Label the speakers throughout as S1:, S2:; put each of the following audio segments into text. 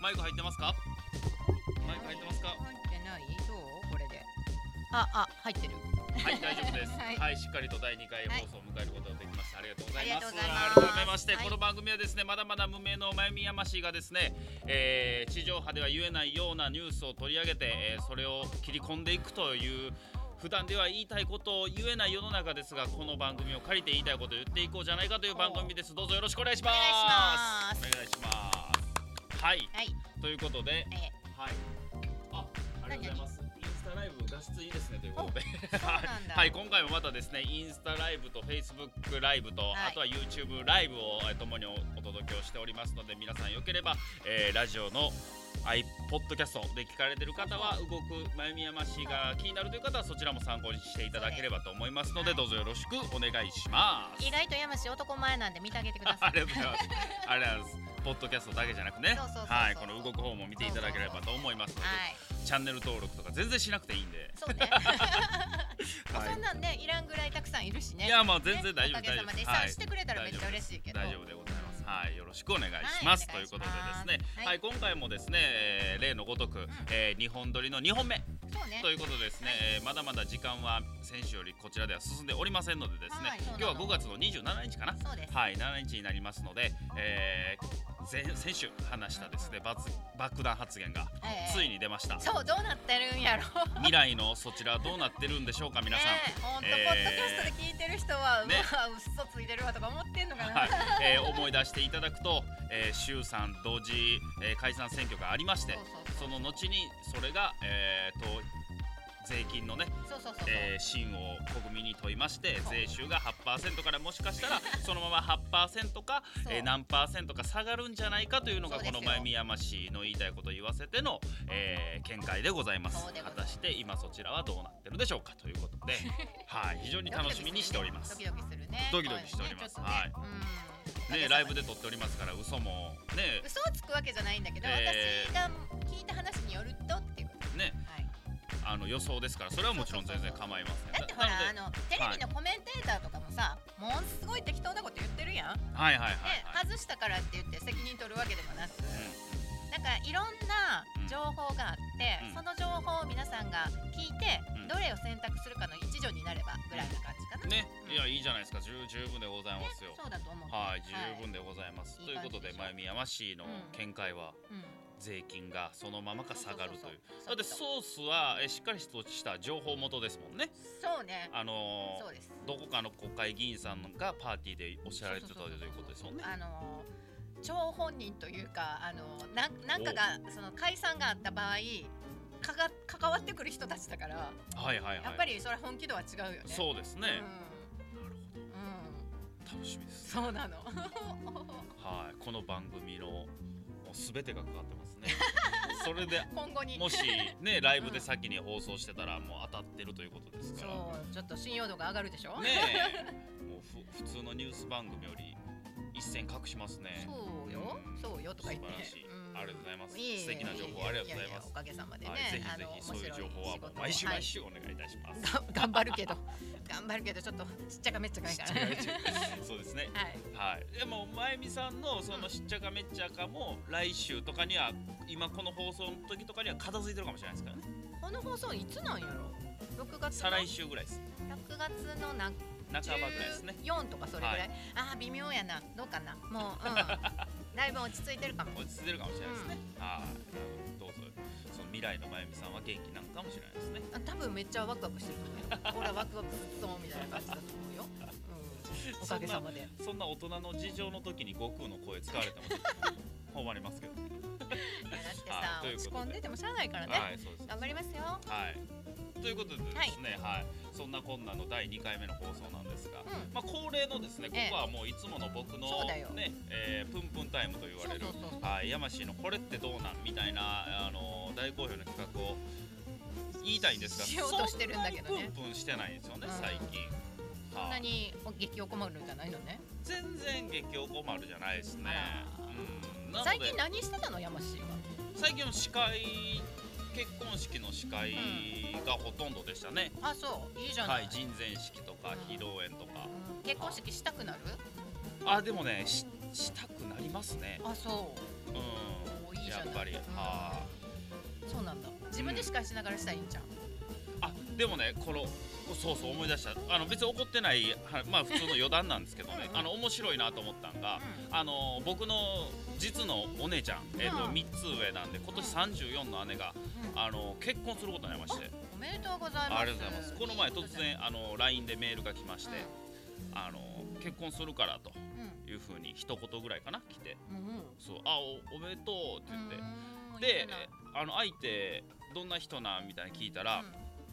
S1: マイク入ってますかマイク入ってますか
S2: 入ってないどうこれでああ入ってる
S1: はい大丈夫です、は
S2: はい
S1: い、しっかりと第2回放送を迎えることができました、ありがとうございます
S2: ありがとうござ
S1: 改
S2: います
S1: めまして、
S2: はい
S1: この番組はですねまだまだ無名のまゆみやましがですね、えー地上波では言えないようなニュースを取り上げて、えーそれを切り込んでいくという普段では言いたいことを言えない世の中ですがこの番組を借りて言いたいことを言っていこうじゃないかという番組ですどうぞよろしくお願いします
S2: お願
S1: お願いしますはい
S2: はい
S1: ということで
S2: え
S1: はい。あ、ありがとうございます。インスタライブ画質いいですねということで。
S2: そうなんだ
S1: はい、今回もまたですね、インスタライブと Facebook ライブと、
S2: い
S1: あとは YouTube ライブをえー共におお届けをしておりますので、皆さんよければ、えーラジオの i ポッドキャストで聞かれてる方は動くまゆみやましが気になるという方はそちらも参考にしていただければと思いますので、
S2: はい
S1: どうぞよろしくお願いします。
S2: 意外と山氏男前なんで見てあげてくだ さ
S1: あ
S2: い
S1: りがとうございます。ありがとうございます。ポッドキャストだけじゃなくね、
S2: そうそうそうそう
S1: はい、この動く方も見ていただければと思いますので、
S2: はい
S1: チャンネル登録とか全然しなくていいんで。
S2: そうね
S1: はい
S2: そんなんねいらんぐらいたくさんいるしね
S1: いやまあ全然
S2: ね
S1: 大丈夫
S2: おかげさま
S1: 大丈
S2: で
S1: 夫はい
S2: さしてくれたらめっちゃ嬉しいけど
S1: 大丈夫でございます。はい、よろしくお願いします。
S2: はい
S1: ということでですね、は、
S2: はいい
S1: 今回もですね、えー例のごとく、えー、2本撮りの2本目
S2: そうね
S1: ということでですね、えーまだまだ時間は先週よりこちらでは進んでおりませんのでですね、
S2: はいそうなの
S1: 今日は5月の27日かな。
S2: そうです
S1: はい、7日になりますので、えー、前先週話したですね、爆爆弾発言が
S2: ええ
S1: ついに出ました。
S2: そうどうなってるんやろ
S1: 未来のそちらどうなってるんでしょうか、皆さん。
S2: ねえほんと、
S1: えー
S2: ポッドキャストで聞いてる人は、
S1: ね
S2: うわうっそついてるわとか思ってんのかな、
S1: はいえー思い出していただくと、えー衆参同時、えー解散選挙がありましてその後にそれが、えーと税金のね、
S2: そうそうそうそうそうそう、
S1: えー信を国民に問いまして税収が8%からもしか したらそのまま8%か、
S2: そう
S1: えー何パーセントか下がるんじゃないかというのが
S2: そう
S1: こ
S2: です
S1: の
S2: よ
S1: 前宮山氏の言いたいことを言わせての、えー見解でございます
S2: そうでご
S1: 果
S2: ざいま
S1: た
S2: す
S1: して今そちらはどうなってるでしょうかということ で、はい、非常に楽しみにしております
S2: ドキ。ドキするね
S1: ドキドキしております
S2: そういうのねちょっとね、うん
S1: ね、
S2: おかげさま
S1: ライブで撮っておりますから嘘もね
S2: 嘘をつくわけじゃないんだけど、
S1: えー
S2: 私が聞いた話によるとっていうこと
S1: ね
S2: はい、
S1: あの予想ですからそれはもちろん全然構いません
S2: だってほら
S1: な
S2: あ
S1: ので
S2: のテレビのコメンテーターとかもさ、ものすごい適当なこと言ってるやん、
S1: はいはいはい
S2: で
S1: はい、
S2: 外したからって言って責任取るわけでもなく、
S1: う
S2: なんかいろんな情報があって、
S1: うん
S2: その情報を皆さんが聞いて、
S1: うん
S2: どれを選択するかの一助になればぐらいな感じかな、
S1: んね
S2: うん
S1: いやいいじゃないですか十十分でござい
S2: ね
S1: ますよ
S2: そうだと思う
S1: はい十分でございます、
S2: は
S1: と
S2: い
S1: いうことで
S2: いい感じでし
S1: 前
S2: ょ
S1: 宮市の見解は
S2: うん
S1: 税金がそのままか下がるというだ
S2: そ
S1: っ
S2: う
S1: て
S2: そうそう
S1: ソースはえしっかりとした情報元ですもんね
S2: そうね
S1: あのー
S2: そうです
S1: どこかの国会議員さんがパーティーでおっしゃられてたということですもんね
S2: あの張本人というかあのなんなんかがその解散があった場合かが関わってくる人たちだから、
S1: はいはいはい
S2: やっぱりそれは本気度は違うよね。
S1: そうですね、なる
S2: うん、うん、
S1: ほど楽しみです
S2: そ うなの。
S1: はい、この番組のもう全てがかかってます ね。それで
S2: 今後に。
S1: もしねライブで先に放送してたらもう当たってるということですか
S2: そ
S1: ら。
S2: うちょっと信用度が上がるでしょ。
S1: ねえ、もうふ普通のニュース番組より一線隠しますね。
S2: そうよ、そうよとか言って。
S1: 素晴らしい
S2: ん
S1: ありがとうございます
S2: ええ
S1: 素敵な情報
S2: ええ
S1: ありがとうございます
S2: ややおかげさまでね
S1: はい、ぜ。ひぜ
S2: あの
S1: ひそういう情報はもう毎週毎。週お願いいたします。
S2: 面白い仕事をはいが頑張るけど、頑張るけどちょっとしっちゃかめっちゃかいから。
S1: 違う違うそうですね。
S2: はい。
S1: はい。でもまゆみさんのそのしっちゃかめっちゃかも来週とかには今この放送の時とかには片付いてるかもしれないですからね。
S2: この放送いつなんやろ6月
S1: 再
S2: の
S1: 来週ぐらいです。
S2: 6月のな
S1: 半ばぐらいですね。
S2: 14とかそれぐらい、
S1: は
S2: ああ微妙やなどうかな もう、うん、だいぶ落ち着いてるかも
S1: 落ち着いてるかもしれないですね。はい、どうぞ。その未来のまゆみさんは元気なんかもしれないですね。
S2: あ多分めっちゃワクワクしてると思うよほらワクワクすっとみたいな感じだと思うよ、うん、おかげさまで
S1: そんな大人の事情の時に悟空の声使われても困りますけど。
S2: いやだって
S1: はい
S2: さ
S1: という
S2: 落
S1: ことで
S2: ち込んでてもしゃあないから ね、
S1: はい、そうです。
S2: 頑張りますよ
S1: はい。ということでですね、はい、そんなこんなの第2回目の放送なんですが、
S2: うん
S1: まあ恒例のですね、こ
S2: ええ
S1: こはもういつもの僕の
S2: そうだよ
S1: ね、えープンプンタイムと言われる
S2: そうそうそう、そう
S1: はい、山氏のこれってどうなんみたいなあの大好評の企画を言いたいんですが、
S2: しようとしてるんだけどね
S1: そんなにプンプンしてないんですよね、
S2: うん
S1: 最近。
S2: そん
S1: は
S2: ないにお激おこまるんじゃないのね
S1: 全然激おこまるじゃないですね
S2: あら。
S1: うんなので
S2: 最近何してたの山氏は
S1: 最近の司会結婚式の司会がほとんどでしたね。
S2: あそういいじゃな、
S1: はいい、人前式とか披露宴とか。
S2: うん結婚式したくなる
S1: あ、でもね、ししたくなりますね。
S2: あそう
S1: うん。
S2: おいいじゃ
S1: や
S2: ない
S1: っぱりはあ
S2: そうなんだ自分で司会しながらしたらいいんじゃん、
S1: あでもねこのそうそう思い出したあの別に怒ってないはまあ普通の余談なんですけどね
S2: うんうん
S1: あの面白いなと思ったんが
S2: う
S1: あの僕の実のお姉ちゃん、えーと
S2: うん
S1: 3つ上なんで今年34の姉が
S2: んうん
S1: あの結婚することになりまして
S2: おめでとうございます
S1: ありがとうございますこの前突然あの LINE でメールが来まして、あの結婚するからというふうに一言ぐらいかな来て
S2: うんうんうん
S1: そうあおおめでとうって言って、
S2: うんいい
S1: で
S2: な
S1: あの相手どんな人なんみたいに聞いたら、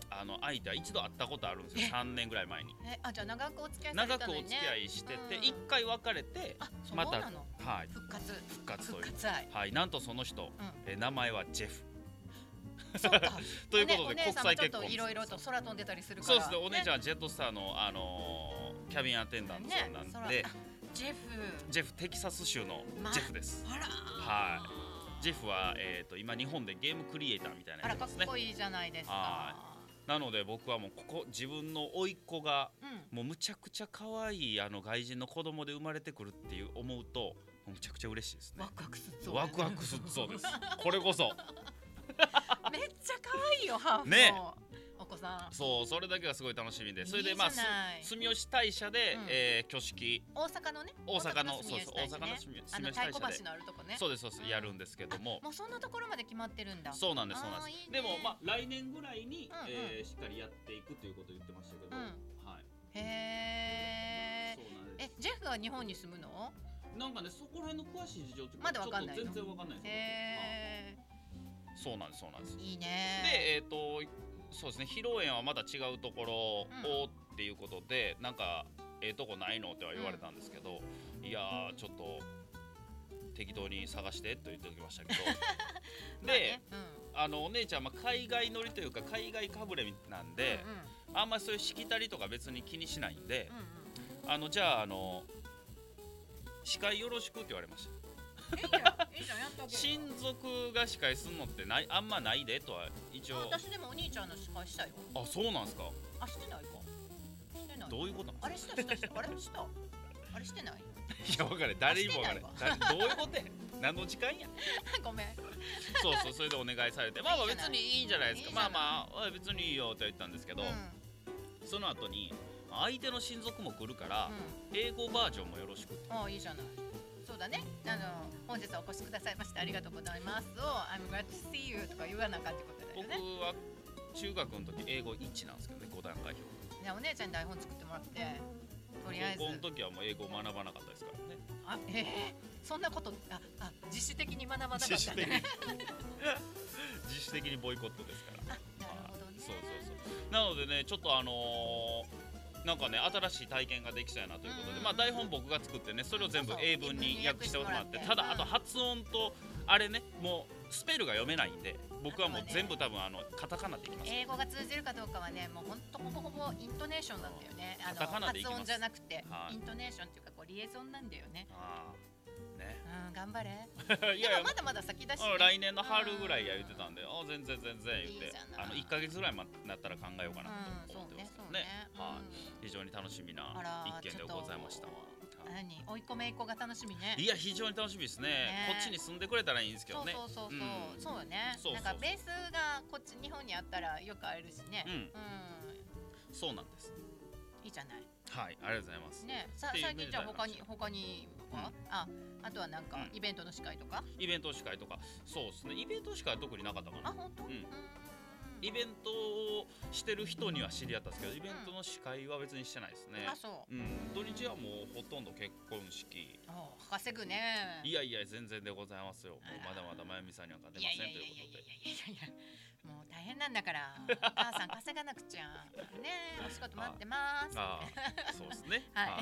S1: あの相手は一度会ったことあるんですよ
S2: え
S1: 3年ぐらい前に
S2: うんえあじゃあ長くお付き合いされ
S1: 長
S2: た
S1: くお
S2: のに
S1: 付き
S2: ね
S1: 合いしてて
S2: うん
S1: 一回別れて
S2: あそう
S1: また
S2: なの
S1: はい
S2: 復活
S1: 復活と
S2: 復
S1: いう
S2: 活 愛
S1: はいなんとその人、えー名前はジェフ
S2: そうか
S1: ということ
S2: お
S1: で
S2: 姉
S1: 国際結
S2: お姉さんもちょっと
S1: 婚
S2: いろいろと空飛んでたりするか
S1: そう
S2: ら
S1: ですねお姉ちゃん
S2: ん
S1: はジェットスターのあのーキャビンアテンダントさんなんで、
S2: ねジェフ
S1: ジェフテキサス州の
S2: まあ
S1: ジェフです、
S2: あら
S1: はジェフは、えー、と今日本でゲームクリエイターみたいな
S2: あ
S1: や
S2: ら
S1: つ
S2: か
S1: で
S2: っ
S1: すね
S2: こいいじゃないですか
S1: はなので僕はもうここ自分の甥っ子が
S2: うん
S1: もうむちゃくちゃ可愛いあの外人の子供で生まれてくるっていう思うともうむちゃくちゃ嬉しいですね
S2: ワクワクする
S1: ワクワクすっそうですこれこそ
S2: めっちゃ可愛いよハーフ
S1: ね
S2: のお子さん
S1: そうそれだけがすごい楽しみでそれ
S2: い
S1: で
S2: いじゃ
S1: まあす
S2: ない
S1: 住吉大社で、
S2: うん
S1: えー挙式
S2: 大阪のね
S1: 大阪の
S2: 住吉大
S1: そうそう大
S2: 社
S1: 阪の
S2: ね
S1: 住吉
S2: あの
S1: 住吉大社
S2: 太
S1: で
S2: 鼓橋のあるとこね
S1: そうですそうです、
S2: うん
S1: やるんですけども
S2: もうそんなところまで決まってるんだ
S1: そうなんですそうなんです
S2: あーいい
S1: で
S2: ね
S1: もまあ来年ぐらいに、
S2: うんうん
S1: えーしっかりやっていくということを言ってましたけど、
S2: うん
S1: はい
S2: へえ
S1: そうなんです
S2: えジェフは日本に住むの
S1: なんかねそこら辺の詳しい事情って
S2: まだわかんない
S1: ち
S2: の
S1: ょっと全然わかんないですよ
S2: へえ
S1: はいそうなんですそうなんです
S2: いい
S1: でえ
S2: ね
S1: っ、とそうですね披露宴はまだ違うところをっていうことで、なんかええとこないのっては言われたんですけど、いやーちょっと適当に探してと言っておきました けど
S2: まあね
S1: あのお姉ちゃんは海外乗りというか海外かぶれなん
S2: うん
S1: で、
S2: うん
S1: あんまりそういうしきたりとか別に気にしないんで
S2: うん、うん
S1: あのじゃああの司会よろしくって言われました
S2: うんいいじゃんいいじゃんやったけ
S1: 親族が司会するのってないあんまないでとは一応
S2: 私でもお兄ちゃんの司会したよ
S1: あそうなんですか
S2: あしてないかしてない
S1: どういうことなんですか
S2: あれしたしたしたあれしたあれしてない
S1: い や分かれ誰にも分かれ誰どういうことや何の時間や
S2: ごめん
S1: そうそうそれでお願いされ てまあまあ別にいいんじゃないですか
S2: いいじ
S1: ま
S2: ゃな
S1: あ
S2: い
S1: まああ別にいいよって言ったんですけど、
S2: うん
S1: その後に相手の親族も来るから、
S2: う
S1: 英語バージョンもよろしくって
S2: ん、あいいじゃないそうだねあの本日はお越しくださいましてありがとうございますを「I'm glad to see you」とか言わなかったことだよ
S1: 僕
S2: ね
S1: は中学の時英語1なんですけどね5段階表
S2: じゃあお姉ちゃんに台本作ってもらってとりあえず
S1: 高校の時はもう英語を学ばなかったですからね
S2: あえー、そんなことああ自主的に学ばなかったんだ
S1: 自主 的に自主的にボイコットですから
S2: あなるほどね
S1: そうそうそうなのでねちょっとあのーなんかね新しい体験ができそうやなということで、
S2: うん
S1: まあ、台本僕が作ってねそれを全部
S2: そうそう
S1: 英文に訳してもらって
S2: 英文
S1: ただ
S2: に訳してもらってうん
S1: あと発音とあれねもうスペルが読めないんで僕はもう
S2: あと
S1: 全
S2: はね
S1: 部多分あのカタカナでいきます
S2: 英語が通じるかどうかはねもうほんとほぼほぼイントネーションなんだよねあの
S1: カタカナでいき
S2: 発
S1: ます
S2: 音じゃなくて、
S1: はい
S2: イントネーションっていうかこうリエゾンなんだよね
S1: あー ね
S2: うん頑張れ
S1: い
S2: で
S1: やいや
S2: もまだまだ先だし、ね
S1: うん、来年の春ぐらいや言ってたんで、あー全然全然言って
S2: いいじゃない
S1: あの1か月ぐらいまなったら考えようかな
S2: うん
S1: と
S2: そ
S1: 思っ
S2: う
S1: てま
S2: ね
S1: すけ
S2: そ
S1: ど
S2: う
S1: ね
S2: ね、
S1: は
S2: うん
S1: い、非常に楽しみな
S2: あら
S1: 一件でございました
S2: ちょ
S1: わ
S2: っ
S1: はい
S2: 何追い込めいこが楽しみね
S1: いや非常に楽しみですね
S2: ね
S1: こっちに住んでくれたらいいんですけ
S2: そ
S1: ど
S2: う
S1: ね
S2: そうそうそう、
S1: うん
S2: そうよね
S1: そうそうそう
S2: なんかベースがこっち日本にあったらよく会えるしね
S1: うん
S2: う
S1: そうなんです
S2: んいいじゃない
S1: はいありがとうございます
S2: ねさ
S1: っていう
S2: 最近じゃあ
S1: イメージ
S2: 他に
S1: だ
S2: 他には、ああとはなんか
S1: うん
S2: イベントの司会とか、
S1: イベント司会とかそうですねイベント司会は特になかったか
S2: あ
S1: な
S2: 本当、
S1: うん
S2: ん
S1: イベントをしてる人には知り合ったんですけどイベントの司会は別にしてないですね
S2: あそう
S1: うん土日はもうほとんど結婚式
S2: お博士ぐね
S1: いやいや全然でございますよもう
S2: あ
S1: ま
S2: ら
S1: だまだまゆみさんには勝て
S2: い
S1: ま
S2: やい
S1: せ
S2: や
S1: ん
S2: い
S1: と
S2: や
S1: い
S2: いうや
S1: こ
S2: い
S1: と
S2: や
S1: で
S2: いやいやもう大変なんだからお母さん稼がなくちゃ ねえお仕事待ってます
S1: ああそうですね
S2: は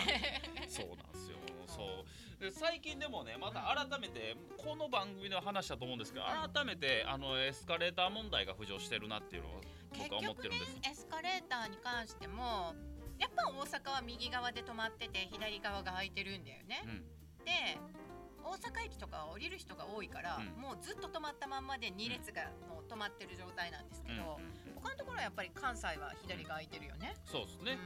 S2: い
S1: そうなんですよそうで最近でもねまた改めてこの番組では話したと思うんですけど改めてあのエスカレーター問題が浮上してるなっていうのを
S2: 結
S1: 僕は思って
S2: 局
S1: る
S2: ね
S1: んです
S2: エスカレーターに関してもやっぱ大阪は右側で止まってて左側が空いてるんだよね
S1: う、ん
S2: で大阪駅とかは降りる人が多いから、
S1: うん
S2: もうずっと止まったまんまで2列がもう止まってる状態なんですけ
S1: うんうん
S2: ど、
S1: うん
S2: 他のところはやっぱり関西は左が空いてるよね、
S1: そうです
S2: う
S1: ね
S2: ん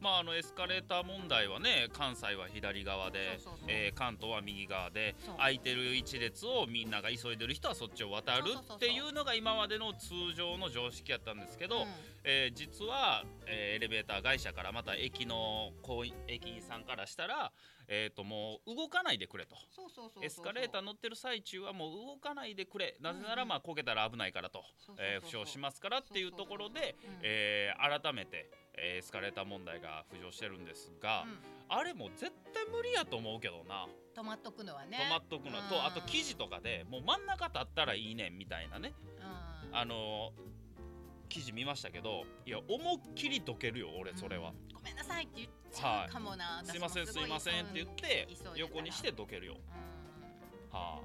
S1: まあ、あのエスカレーター問題はね関西は左側で
S2: そうそうそう
S1: えー関東は右側で
S2: そう
S1: 空いてる一列をみんなが急いでる人はそっちを渡る
S2: そうそうそうそう
S1: っていうのが今までの通常の常識やったんですけど、
S2: うん
S1: えー実は、えーエレベーター会社からまた駅の行為駅員さんからしたら、えー、ともう動かないでくれと。
S2: そうそうそうそう
S1: エスカレーター乗ってる最中はもう動かないでくれなぜなら
S2: うん
S1: まあこけたら危ないからと、
S2: そうそうそうそう
S1: えー負傷しますからっていうところで、
S2: うん
S1: えー改めて、えーエスカレーター問題が浮上してるんですが、
S2: う
S1: あれもう絶対無理やと思うけどな、
S2: ん止まっとくのはね
S1: 止まっとくの
S2: うん
S1: とあと記事とかでもう真ん中立ったらいいねんみたいなね
S2: うん
S1: あのー記事見ましたけどいや思いっきりどけるよ俺それは、
S2: うんごめんなさいって言っちゃうかもな、
S1: すいませんすいませんって言って
S2: 急いでたら
S1: 横にしてどけるよ、は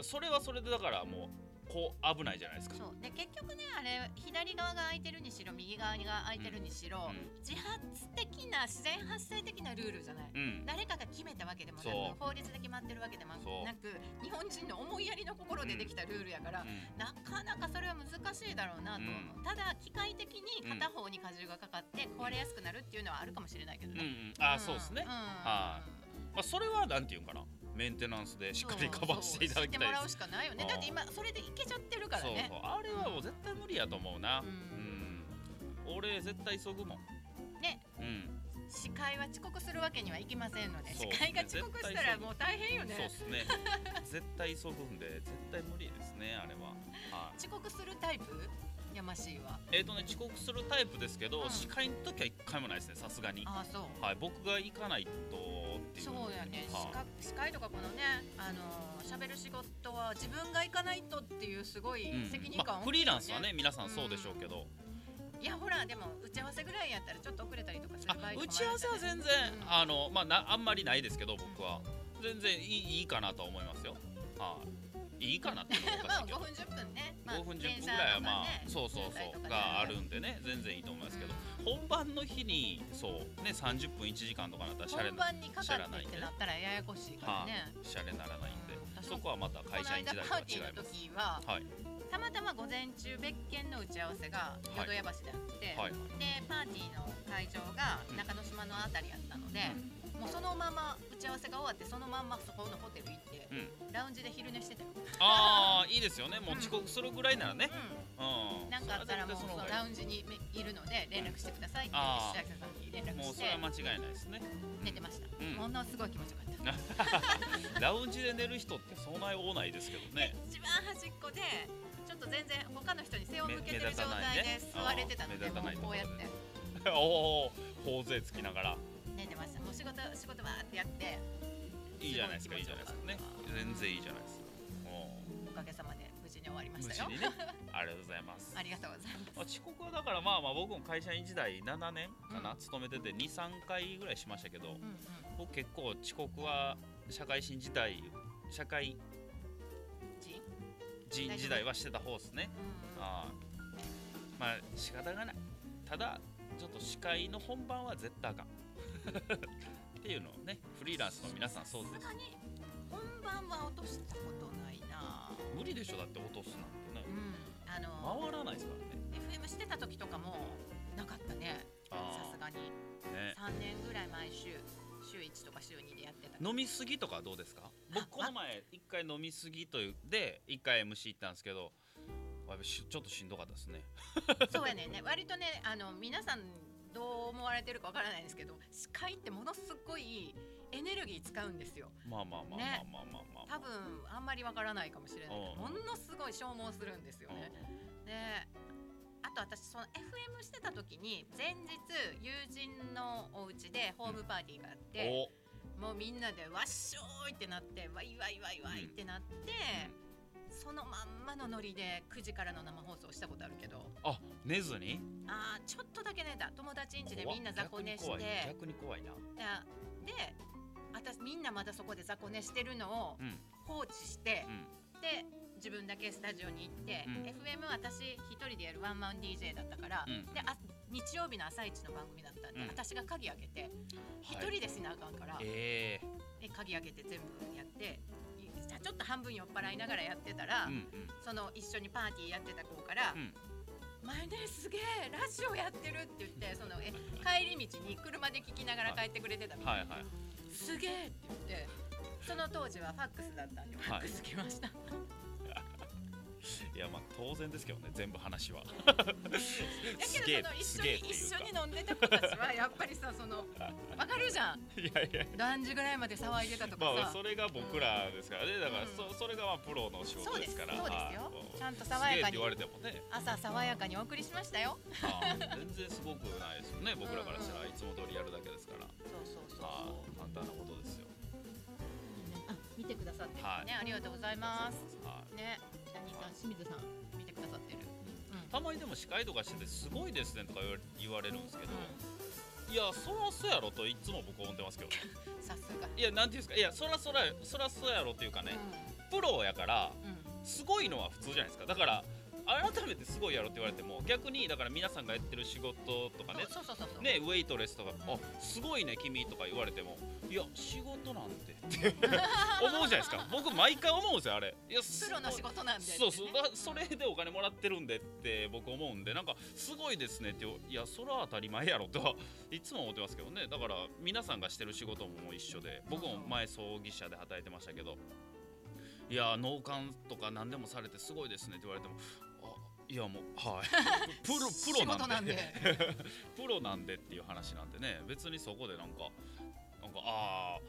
S1: あ、それはそれでだからもうこう危ないじゃないですか
S2: うん、そうで結局ねあれ左側が空いてるにしろ右側が空いてるにしろ、
S1: う
S2: 自発的な自然発生的なルールじゃない、
S1: ん、うん
S2: 誰かが決めたわけでもなく
S1: そう
S2: 法律で決まってるわけでも
S1: そう
S2: なく日本人の思いやりの心でできたルールやか
S1: う
S2: ら、
S1: ん
S2: なかなかそれは難しいだろうなと思う、ただ機械的に片方に荷重がかかって壊れやすくなるっていうのはあるかもしれないけ
S1: う
S2: ど
S1: んうん、
S2: ね、
S1: あそうですね、
S2: ん
S1: まあ、それはなんていうんかなメンテナンスでしっかりカバーしていただきたい
S2: そうそ
S1: です
S2: う知ってもらうしかないよね
S1: うん
S2: だって今それでいけちゃってるから
S1: そう
S2: ね
S1: そうあれはもう絶対無理やと思うな
S2: う
S1: うんん、俺絶対急ぐもん
S2: ね
S1: うん
S2: 司会は遅刻するわけにはいきませんので
S1: そ
S2: 司
S1: う
S2: 会が遅刻したらもう大変よ
S1: そうっ
S2: ね
S1: す ね絶対急ぐんで絶対無理ですねあれははい
S2: 遅刻するタイプやましいわ
S1: えっ、とね遅刻するタイプですけど、
S2: うん
S1: 司会の時は一回もないですねさすがに
S2: ああそう
S1: はい僕が行かないとっていう
S2: そうやね
S1: はい
S2: 司会司会とかこのねあのー喋る仕事は自分が行かないとっていうすごい
S1: うん
S2: 責任
S1: ま
S2: 感
S1: あ、
S2: 大きいよ
S1: フリーランスはね皆さんそうでしょうけど、
S2: いやほらでも打ち合わせぐらいやったらちょっと遅れたりとかする
S1: あ
S2: 場合とかもあ
S1: 打
S2: る
S1: ち合わせは
S2: じゃない
S1: 全然、
S2: うん
S1: あのまあなあんまりないですけど僕は全然いいいいかなとは思いますよはいいいかなっていうのはおかし
S2: まあ
S1: いけど
S2: 5分10分ね、まあ、
S1: 5分10分ぐらいはまあ、
S2: 電車
S1: そうそう
S2: 渋滞
S1: そ
S2: と
S1: う
S2: かね
S1: があるんでね全然いいと思いますけど本番の日にそうね30分1時間とかなったらシャレ
S2: 本
S1: な
S2: 番にかかってってなったらややこしいからね、
S1: シャレならないんで
S2: うん
S1: そこはまた会
S2: この
S1: 社員
S2: 間
S1: 時代と
S2: パ
S1: は
S2: ーティ
S1: 違
S2: ー
S1: い
S2: の
S1: ます
S2: 時は
S1: はい
S2: たまたま午前中別件の打ち合わせが淀屋橋であって、
S1: はい
S2: でパーティーの会場が中之島のあたりやったので、もうそのまま打ち合わせが終わってそのまんまそこのホテル行って、
S1: う
S2: ラウンジで昼寝してたよ、
S1: ああいいですよねもう遅刻するぐらいならねう
S2: うんん、なんかあったらもう
S1: そ
S2: そ
S1: れは
S2: の
S1: 絶対
S2: ラウンジにいるので連絡してくださいって
S1: あー
S2: 石崎さんに連
S1: その方がいいもう
S2: 絡し
S1: そ
S2: て
S1: れは間違いないです ね
S2: 寝てました、
S1: うん
S2: ものすごい気持ちよかった
S1: ラウンジで寝る人ってそんなに多ないですけどね
S2: 一番端っこでちょっと全然他の人に背を向けて
S1: 目
S2: る
S1: 目立
S2: 状
S1: たない
S2: 態
S1: ね
S2: で座れてたので、
S1: あー目立た
S2: も
S1: ないう
S2: こうやって
S1: おお頬杖つきながら
S2: 寝てましたもう仕事仕事わーってやって
S1: いいじゃないですかいいじゃないですかね全然いいじゃないですか
S2: おかげさまで無事に終わりま
S1: 無
S2: し
S1: 事
S2: たよ
S1: にねありがとうございます
S2: ありがとうござい
S1: まあ遅刻はだからまあまあ僕も会社員時代7年かな、
S2: うん
S1: 勤めてて23回ぐらいしましたけど
S2: ます、うん
S1: 僕結構遅刻は社会人時代社会
S2: うんち
S1: 人時代はしてた方ですね
S2: うん
S1: ああまあ仕方がないただちょっと司会の本番は絶対あかん っていうのをねフリーランスの皆さんそうです
S2: さすがに本番は落としたことないな
S1: 無理でしょだって落とすなんてね
S2: うんあの
S1: 回らないですからね
S2: FM してた時とかもなかったね
S1: あ
S2: さ
S1: ー
S2: すがに
S1: ね
S2: 3年ぐらい毎週週1とか週2でやっ てた
S1: 飲みすぎとかどうですか僕この前一回飲みすぎというで一回 MC 行ったんですけどやっぱしちょっとしんどかったですね
S2: そうやねんね割とねあの皆さんどう思われてるかわからないですけど司会ってものすごいエネルギー使うんですよ
S1: まあまあまあま
S2: ね
S1: あまあまあまあ、
S2: 多分あんまりわからないかもしれないけど
S1: う
S2: ものすごい消耗するんですよね。であと私その FM してた時に前日友人のお家でホームパーティーがあっ
S1: うん
S2: て、もうみんなでわっしょーいってなってわいわいわいわいってなって、そのまんまのノリで9時からの生放送したことあるけど。
S1: おあ寝ずに
S2: あーちょっとだけ寝た友達ん家でみんな雑魚寝して
S1: 怖っ
S2: で
S1: 逆に怖い逆に怖いな
S2: 私みんなまたそこで雑魚寝してるのを
S1: うん
S2: 放置して
S1: う、ん
S2: で自分だけスタジオに行って、
S1: うん
S2: FM 私一人でやるワンマン DJ だったから、
S1: うん
S2: であ日曜日の朝一の番組だったんで、
S1: うん
S2: 私が鍵開けて一
S1: はい
S2: 人でしなあかんから、
S1: ええ
S2: で鍵開けて全部やっていじゃあちょっと半分酔っ払いながらやってたら、
S1: うんうん
S2: その一緒にパーティーやってた子から、
S1: うん
S2: 前ねすげえラジオやってるって言ってそのえ帰り道に車で聞きながら帰ってくれてたみたい、
S1: はいはい
S2: すげえって言ってその当時はファックスだったんでファックス来ました、
S1: いやまあ当然ですけどね全部話は
S2: だ
S1: すげえ
S2: けどそ
S1: す
S2: の
S1: げえっ
S2: 一緒
S1: ていう
S2: に一緒
S1: か
S2: に飲んでた子たちはやっぱりさそ のわかるじゃん
S1: いやいや
S2: 何時ぐらいまで騒いでたとか
S1: まあ
S2: さ、
S1: それが僕らですからねだから
S2: うん
S1: そそれがまあプロの仕事
S2: そう
S1: で
S2: です
S1: す
S2: そ
S1: か
S2: う
S1: ら
S2: です
S1: は
S2: よ
S1: い
S2: ちゃんと爽や
S1: すげえって言
S2: かに
S1: われてもね
S2: 朝爽やかにお送りしましたよ
S1: あー全然すごくないですよ ね僕らからしたらいつも通りやるだけですから
S2: そうそうそう
S1: あ
S2: そう
S1: ー簡単なことですよ
S3: あ、見てくださってる。
S1: はい
S2: ねありがとうござい
S1: は
S2: ま
S1: い
S2: すね
S3: ジャニーさん、清水さん。
S2: 見てくださってるうん
S1: たまにでも司会とかしててすごいですねとか言われ言われるんですけど、
S2: う
S1: いやそらそうやろといつも僕思ってます けどね
S2: んさすが
S1: いやなんていうんですかいやそらそらそらそうやろっていうかねプロやから
S2: うんうん
S1: すごいのは普通じゃないですかだから改めてすごいやろって言われても逆にだから皆さんがやってる仕事とかね
S2: そうそうそうそう
S1: ねウェイトレスとか「あすごいね君」とか言われても「いや仕事なん て」って思うじゃないですか僕毎回思うんですよあれいやす
S2: プロの仕事なんで
S1: そうそうだそれでお金もらってるんでって僕思うんでなんかすごいですねっていやそれは当たり前やろとはいつも思ってますけどねだから皆さんがしてる仕事も一緒で僕も前葬儀社で働いてましたけどいや納棺とか何でもされてすごいですねって言われてもあいやもう はいプロプロなんで
S2: 仕事なんで
S1: プロなんでっていう話なんでね別にそこでなんかなんかあ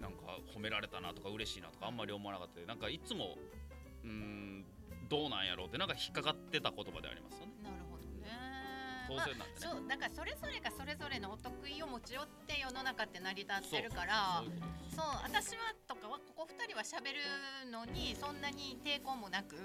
S1: あなんか褒められたなとか嬉しいなとかあんまり思わなかったでなんかいつもうーんどうなんやろうってなんか引っかかってた言葉でありますよね
S2: なるほどね
S1: 当
S2: まあ
S1: 然なんでね、
S2: そうだからそれぞれがそれぞれのお得意を持ち寄って世の中って成り立
S1: そ
S2: っ
S1: う
S2: てるか
S1: そ
S2: ら
S1: ういうことです
S2: そう私はとかはここ2人は喋るのにそんなに抵抗もなく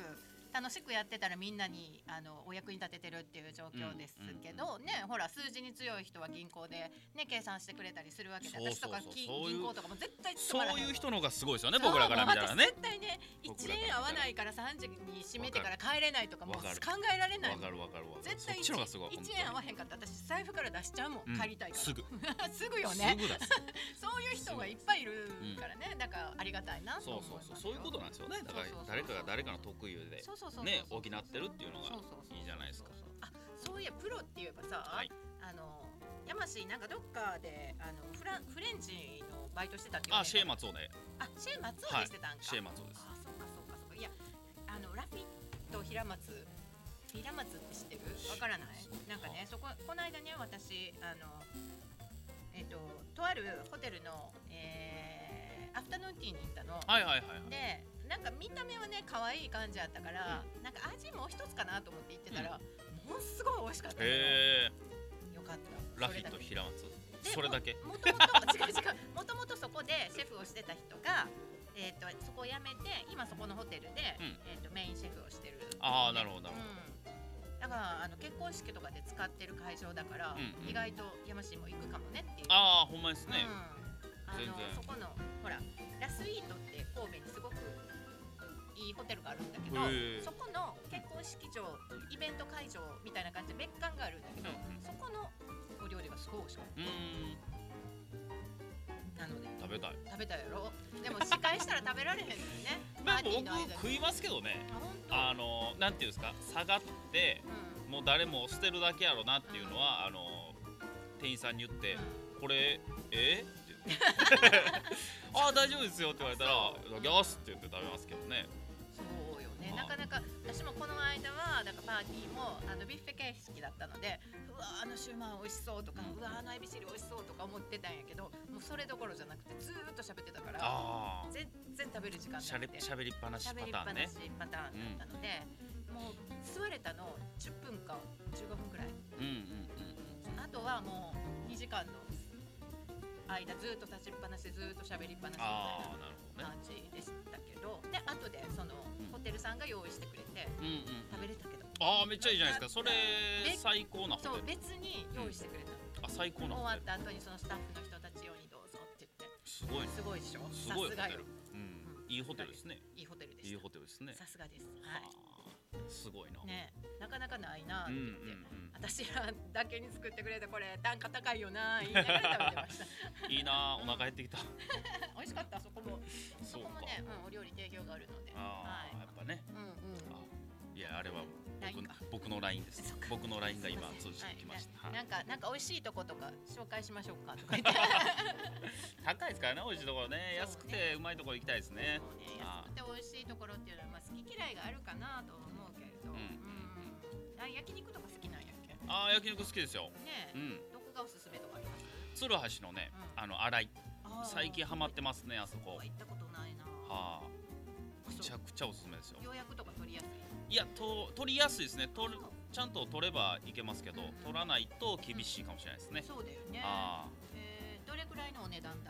S2: 楽しくやってたらみんなにあのお役に立ててるっていう状況ですけど、ねほら数字に強い人は銀行で、ね、計算してくれたりするわけで
S1: そうそうそう
S2: 私とかき
S1: そういう
S2: 銀行とかも絶対つ
S1: そ
S2: まらへ
S1: うい
S2: んわ
S1: う人の方がすごいですよね僕らから見たらね
S2: そうもう私絶対ね
S1: 僕
S2: 1
S1: らから見た
S2: 年
S1: ら
S2: 合わないから3時に閉めてから帰れないとかも
S1: わ
S2: う
S1: かる
S2: 考えられない
S1: わかるわかるわかる
S2: 絶対
S1: そっちの方がすごい本
S2: 1,
S1: 当に
S2: 円合わへんかったら私財布から出しちゃうもん、
S1: うん
S2: 借りたいから
S1: すぐ
S2: すぐよね
S1: すぐだ
S2: そういう人がいっぱいいるからね、だからありがたいな
S1: そ
S2: と
S1: う
S2: 思い
S1: そう
S2: ます
S1: そうそ
S2: よ
S1: ういうことなんですよねだから
S2: そうそうそう
S1: 誰かが誰かの得意で
S2: そうそうそうそう
S1: ね補ってるっていうのが
S2: そうそうそう
S1: いいじゃないですか
S2: あそういやプロって言えばさ、
S1: はい
S2: あの山氏なんかどっかであのフランフレンチのバイトしてたっていう、
S1: あシェーマツをね
S2: あシェーマツを
S1: はい
S2: してたんか、
S1: シェーマツをです
S2: あそうかそうかそうかいやあのラフィット平松平松って知ってるわからないなんかねそここの間ね私あのえっ、ととあるホテルの、えーアフタヌーンティーに行ったの、
S1: はいはいはいはい
S2: でなんか見た目はね可愛い感じやったから、なんか味もう一つかなと思って行ってたら、ものすごい美味しかったのよ
S1: へえ
S2: よかった
S1: ラフィット平松
S2: で
S1: それだけ
S2: もともと違う違うもともとそこでシェフをしてた人が、えー、とそこを辞めて今そこのホテルで、
S1: うん
S2: えー、とメインシェフをしてる、
S1: あーなるほどなるほ
S2: うんだからあの結婚式とかで使ってる会場だから、
S1: うんうん
S2: 意外と山氏も行くかもねっていう
S1: ああほんまですね
S2: うん、あ
S1: 全然
S2: のそこのほらラスイートって神戸にすごくいいホテルがあるんだけど
S1: へえ
S2: そこの結婚式場イベント会場みたいな感じで別館があるんだけど、
S1: うんうん
S2: そこのお料理がすごい美味しかっ
S1: うーん
S2: たなので
S1: 食べたい
S2: 食べたやろでも司会したら食べられへんのよね
S1: まあ
S2: パーティーの間
S1: 僕
S2: に
S1: 食いますけどね
S2: あ本当
S1: あのなんていうんですか下がってもう誰も捨てるだけやろなっていうのはあの店員さんに言って
S2: う
S1: これえ って言ってああ大丈夫ですよって言われたら「いただきます」って言って食べますけどね
S2: ん、そうよね
S1: あ
S2: なかなか私もこの間はだからパーティーもあのビュッフェ形式だったのでうわーあのシューマイ美味しそうとか
S1: うん
S2: うわーあのエビチリ美味しそうとか思ってたんやけどもうそれどころじゃなくてずーっと喋ってたから
S1: あ
S2: 全然食べる時間
S1: あ
S2: な
S1: しゃ
S2: く
S1: れ
S2: て
S1: しゃべりっぱなしパ
S2: 喋りっ
S1: ター
S2: ぱ
S1: ン
S2: な
S1: ね
S2: しパターンだったので、もう座れたの10分か15分くらい
S1: うんうんうん
S2: あとはもう2時間の間ずっと立ちっぱなしでずっと喋りっぱなしみたいな
S1: ああなるほどね
S2: 感じでしたけどで後でその
S1: うん
S2: ホテルさんが用意してくれて
S1: うんうん
S2: 食べれたけど
S1: ああめっちゃいいじゃないですかそれ
S2: べ
S1: 最高な
S2: そ
S1: ホ
S2: う
S1: テル
S2: 別に用意してくれた
S1: あ最高な
S2: 終
S1: ホ
S2: わ
S1: テ
S2: っ
S1: ル
S2: た後にそのスタッフの人たち用にどうぞって言っ
S1: すごい
S2: て
S1: ね
S2: すごいでしょ
S1: す
S2: さ
S1: ごいホ
S2: す
S1: テ
S2: がよ
S1: ルうんいいホテルですね
S2: いいホテルで
S1: いい
S2: し
S1: ホテルですね
S2: たさすがです
S1: あ
S2: は
S1: ーすごいない
S2: ねなかなかないなっ
S1: う
S2: て
S1: んう
S2: 言
S1: ん
S2: っ
S1: う
S2: て
S1: ん
S2: 私らだけに作ってくれたこれ単価高いよな言いながら食べてました
S1: いいなお腹減ってきた
S2: 美味しかったそこもそ
S1: そう
S2: こも
S1: か
S2: ね、うん、お料理提供があるので
S1: あ
S2: は
S1: あ
S2: い
S1: やっぱね
S2: うんうん
S1: あいやあれは
S2: ライ
S1: 僕
S2: ン
S1: の
S2: か
S1: 僕のラインです
S2: そっか
S1: 僕のラインが今
S2: す
S1: 通
S2: い
S1: じ
S2: せん
S1: てきました、
S2: はい
S1: は
S2: ないんかなんか美味しいとことか紹介しましょうかとか言って
S1: 高いですからね美味しいところね安
S2: そ
S1: く
S2: う
S1: て
S2: ね
S1: うまいところ行きたいです ね
S2: そうね
S1: あ
S2: 安くて美味しいところっていうのはまあ好き嫌いがあるかなと思うけれど、
S1: うん
S2: うんあ焼肉とか好きなんやっけね
S1: あー焼肉好きですよ
S2: え、
S1: うん
S2: どこがおすすめとかあります
S1: 鶴橋のね、
S2: うん
S1: あの新井
S2: あー
S1: 最近ハマってますねあそこ
S2: 行ったことないな
S1: はあめち
S2: そ
S1: ゃ
S2: う
S1: くちゃおすすめですよ
S2: 予約とか取りやすい
S1: いやと取りやすいですね取る
S2: そう
S1: ちゃんと取ればいけますけど
S2: うん
S1: 取らないと厳しいかもしれないですね、
S2: そうだよね
S1: ああ
S2: えーどれくらいのお値段帯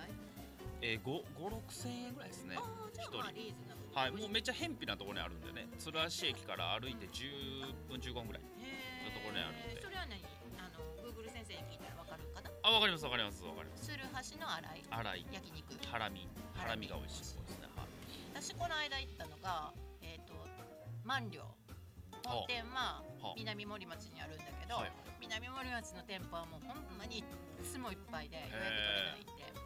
S1: えー、5 5 6千円ぐらいですね
S2: ああじゃあまあ
S1: 一人
S2: リーズナブル
S1: はいもうめっちゃ偏僻なところにあるんでね鶴橋駅から歩いて10分15分ぐらい
S2: へ
S1: のところにあるんで
S2: えそれは何あの Google 先生に聞いたらわかるかな
S1: あわかりますわかりますわかります
S2: 鶴橋の洗い
S1: 新井
S2: 焼肉
S1: ハラミハラミが美味しいとこですねはい
S2: 私この間行ったのがえっ、と万両本店は
S1: はあ
S2: 南森町にあるんだけど、
S1: はい
S2: 南森町の店舗はもうほんまにいつもいっぱいで予約取れないんで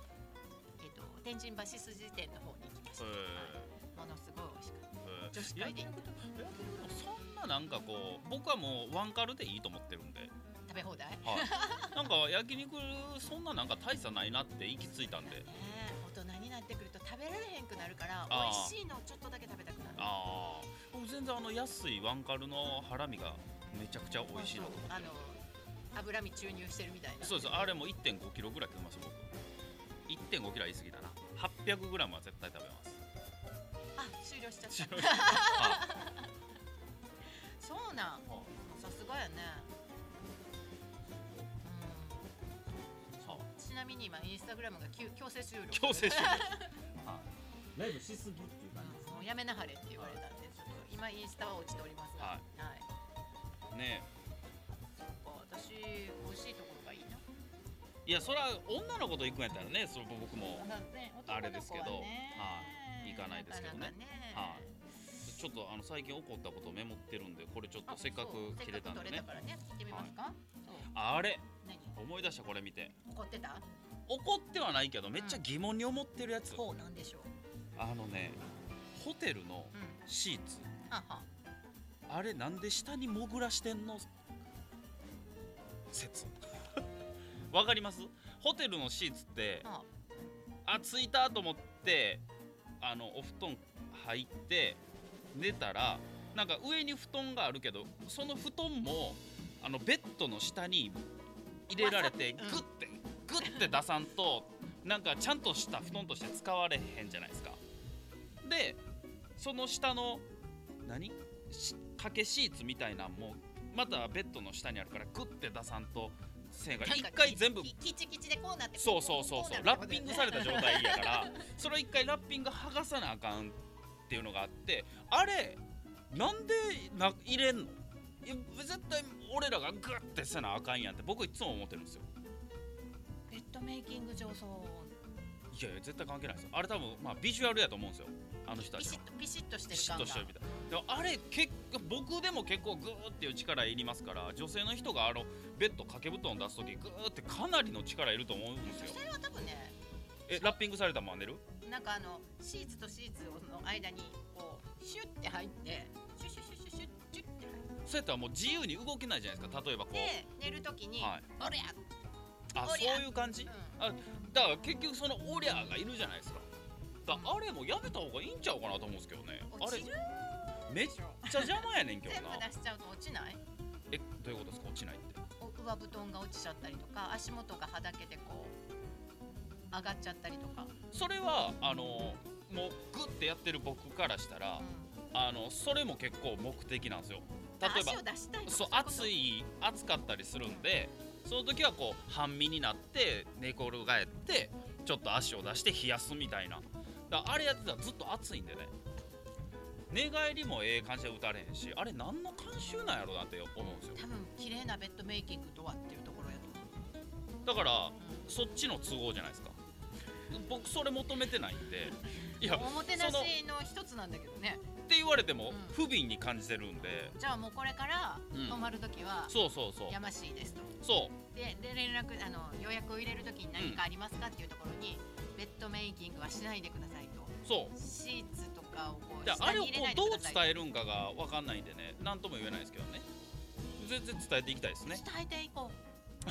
S2: えっ、と天神橋筋店の方に行きました、ものすごい美味しかった女子
S1: 焼
S2: 会で
S1: 肉と焼肉でもそんななんかこう僕はもうワンカルでいいと思ってるんで、
S2: 食べ放題
S1: はい、なんか焼肉そんななんか大差ないなって行き着いたんで
S2: ねえ大人になってくると食べられへんくなるから
S1: あー
S2: 美味しいのをちょっとだけ食べたくなる
S1: ああ僕全然あの安いワンカルのハラミがめちゃくちゃ美味しいなと思って
S2: あの脂身注入してるみたいな
S1: そうですあれも1 5キロぐらい食べます僕1 5キロは言い過ぎだな8 0 0グラムは絶対食べます
S2: あ終了 しちゃった
S1: は
S2: そうなん
S1: いは
S2: さすがやね
S1: い
S2: うんちなみに今インスタグラムが急強制終了
S1: 強制終了
S4: ライブしすぎっていう感じです
S2: もうやめなはれって言われたんでちょっと今インスタは落ちておりますが、
S1: はい
S2: はい、
S1: ね
S2: そっか私美味しいところがいいな
S1: えいやそれは女の子と行くんやったらねそれ僕も
S2: まあね
S1: あれですけど
S2: 男の子はね
S1: はい行かないですけどね
S2: なかなか
S1: はいちょっとあの最近起こったことをメモってるんでこれちょっと
S2: あ
S1: せっかく切れたんで
S2: せっ
S1: ね
S2: かく取れたからね行ってみますか、そう
S1: あれ
S2: 何
S1: 思い出したこれ見て
S2: 怒ってた
S1: 怒ってはないけどめっちゃ疑問に思ってるやつ、
S2: ほうなんでしょう
S1: あのねホテルの
S2: うん
S1: シーツ
S2: はんはん
S1: あれなんで下に潜らしてんの説 わかりますホテルのシーツって
S2: あ
S1: あ着いたと思ってあのお布団入って寝たらなんか上に布団があるけどその布団もあのベッドの下に入れられてグ
S2: わ
S1: ッ
S2: さ
S1: てグッて出さんとなんかちゃんとした布団として使われへんじゃないですか。でその下の何し掛けシーツみたいなんもまたベッドの下にあるからグッて出さんと線が
S2: なん
S1: 一
S2: か
S1: 回全部
S2: ききキチキチでこうなって
S1: そうそうそうそう、ラッピングされた状
S2: 態
S1: 態やからそれを一回ラッピング剥がさなあかんっていうのがあってあれなんでな入れんのいや絶対俺らがグッてせなあかんやんって僕いつも思ってるんですよ
S2: ベッドメイキング上層
S1: いやいや絶対関係ないですよあれ多分まあビジュアルやと思うんですよあの人た
S2: ピ
S1: ち
S2: シ
S1: は
S2: ッとピシッとして
S1: ピ
S2: る
S1: シッ
S2: 感が
S1: としてるみたいでもあれ結構僕でも結構グーっていう力いりますから女性の人があのベッド掛け布団出す時グーってかなりの力いると思うんですよ
S2: 女性は多分ね
S1: えラッピングされたまま寝る
S2: なんかあのシーツとシーツの間にこうシュッて入ってシュシュシュシュシュシュッて入っ
S1: そうやったらもう自由に動けないじゃないですか例えばこう
S2: て寝るときに
S1: はい
S2: 「おりゃ!」
S1: あ
S2: おりゃ
S1: そういう感じ
S2: うん
S1: だから結局そのオリャーがいるじゃないですかだからあれもやめた方がいいんちゃうかなと思うんですけどねあ
S2: 落
S1: れ
S2: ちる
S1: めっ
S2: でしょ
S1: ちゃ邪魔やねん今日
S2: 全部
S1: な
S2: 出しちゃうと落ちない
S1: えどういうことですか落ちないって
S2: お上布団が落ちちゃったりとか足元がはだけてこう上がっちゃったりとか、
S1: それはあのもうグッてやってる僕からしたら
S2: うん
S1: あのそれも結構目的なんですよ例えば
S2: 足を出したいとか
S1: そう暑い暑かったりするんでその時はこう半身になって寝転がってちょっと足を出して冷やすみたいなだからあれやってたらずっと暑いんでね寝返りもええ感じで打たれへんしあれ何の慣習なんやろなって思うんですよ
S2: 多分綺麗なベッドメイキングとはっていうところやと思う、
S1: だから
S2: うん
S1: そっちの都合じゃないですか僕それ求めてないんでいやっ
S2: おもてなし
S1: その
S2: の一つなんだけどね
S1: て言われても
S2: うん
S1: 不憫に感じてるんで
S2: じゃあもうこれから
S1: うん
S2: 泊まる時は
S1: そうそうそう
S2: やましいですと
S1: そ
S2: でで連絡あの予約を入れる時に何かありますかっていうところにベッドメイキングはしないでくださいと
S1: うそう
S2: シーツとかをこう
S1: じゃあ
S2: 下
S1: あれを
S2: に
S1: こ
S2: 入れな
S1: う
S2: い
S1: ど
S2: で
S1: う
S2: ください
S1: 伝えるんかがわかんないんでね何とも言えないですけどね全然伝えていきたいですね
S2: 伝えていこう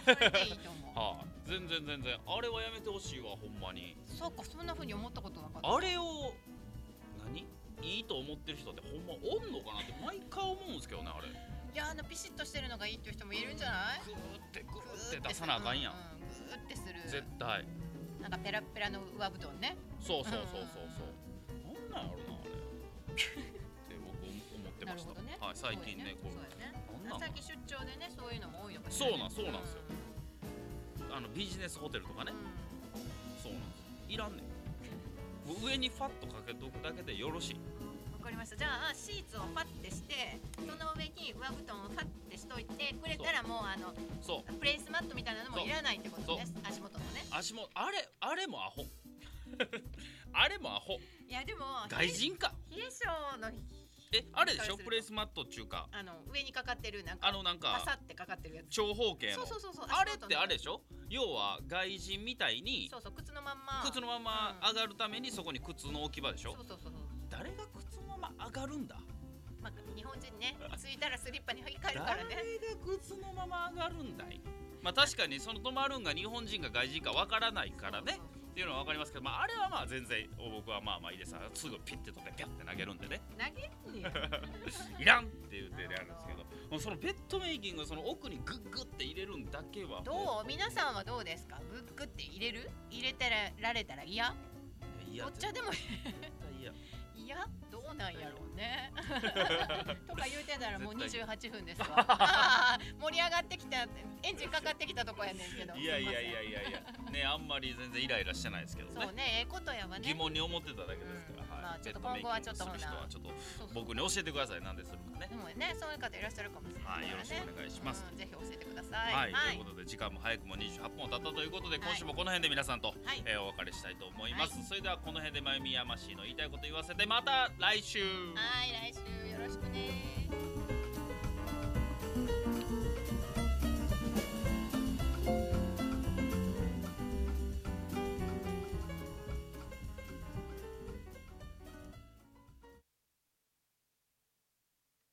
S2: それでいいと 思う
S1: はあ全然全然あれはやめてほしいわほんまに
S2: そうかそんな風に思ったことなかった
S1: あれを何いいと思ってる人ってほんまおんのかなって毎回思うんですけどねあれ
S2: いやあのピシッとしてるのがいいっていう人もいるんじゃない
S1: グーってグ
S2: グー
S1: ーっ
S2: す
S1: て
S2: る
S1: 出さなあかんやん
S2: ううグーってす
S1: 絶
S2: る
S1: 対
S2: なんかペラッペラの上布団ね
S1: そうそうそうそうそうなんなんやろなあれって僕思ってまし
S2: なるほどね
S1: たはい最近ねこ
S2: そうやね
S1: れなんなん
S2: 最近出張でねそういうのも多いのかしら
S1: そうなんそうなんですよあのビジネスホテルとかね
S2: う
S1: そうなんですいらんねんもう上にファッとかけとくだけでよろしい
S2: んわかりましたじゃあシーツをパッてしてその上に上布団をパッてしといてくれたらもうあの
S1: そう
S2: プレイスマットみたいなのもいらないってことね足元のね
S1: 足もあれあれもアホ あれもアホ
S2: いやでも
S1: 外人か
S2: 冷え性の
S1: えあれでし
S2: 理解す
S1: ょ
S2: ると
S1: プレイスマットっちゅうか
S2: あの上にかかってるなんか
S1: あのなん
S2: パサ
S1: か
S2: ってかかってるやつ
S1: 長方形
S2: そ
S1: の
S2: うそうそうそう
S1: あれってあれ
S2: 足元の
S1: でしょ要は外人みたいに
S2: そうそう靴のまんま
S1: 靴のまま上がるためにそこに靴の置き場でしょ
S2: そうそうそうそう
S1: 誰が靴のまま上がるんだ
S2: まあ日本人ね着いたらスリッパに履き替
S1: 誰
S2: える
S1: が
S2: からね
S1: 靴のまま上がるんだいまあ確かにその止まるんが日本人か外人かわからないからねっていうのはわかりますけど、まあ、あれはまあ全然僕はまあまあいいですすぐピッて取ってピャッて投げるんでね
S2: 投げんねや
S1: いらんって言ってやるんですけどもうそのベッドメイキングその奥にグッグッて入れるんだけはも
S2: どう皆さんはどうですかブックって入れる入れてられたら嫌
S1: ういや
S2: お
S1: 絶
S2: 茶 でも
S1: 対嫌
S2: 嫌どうなんやろうね とか言うてたらもう
S1: 絶
S2: 28 分ですわあー盛り上がってきたエンジンかかってきたとこやねんけど
S1: いやいやいや
S2: す
S1: いやいやねあんまり全然イライラしてないですけど
S2: いませ
S1: ね
S2: んそうねええことやわね
S1: 疑問に思ってただけですから、
S2: うん
S1: はい
S2: まあちょっと
S1: ベッドメイキング
S2: 今後はちょっと
S1: する人はちょっと
S2: そうそう
S1: 僕に教えてください何でするかね
S2: でもねそういう方いらっしゃるかもしれないか
S1: はい
S2: らね
S1: よろしくお願いします
S2: うんぜひ教えてください
S1: はい、
S2: は
S1: とい
S2: いう
S1: ことで時間も早くも28分経ったということで
S2: はい
S1: 今週もこの辺で皆さんと、
S2: はい
S1: えーお別れしたいと思います、それではこの辺でまゆみやましいの言いたいこと言わせてまた来週
S2: はい来週よろしく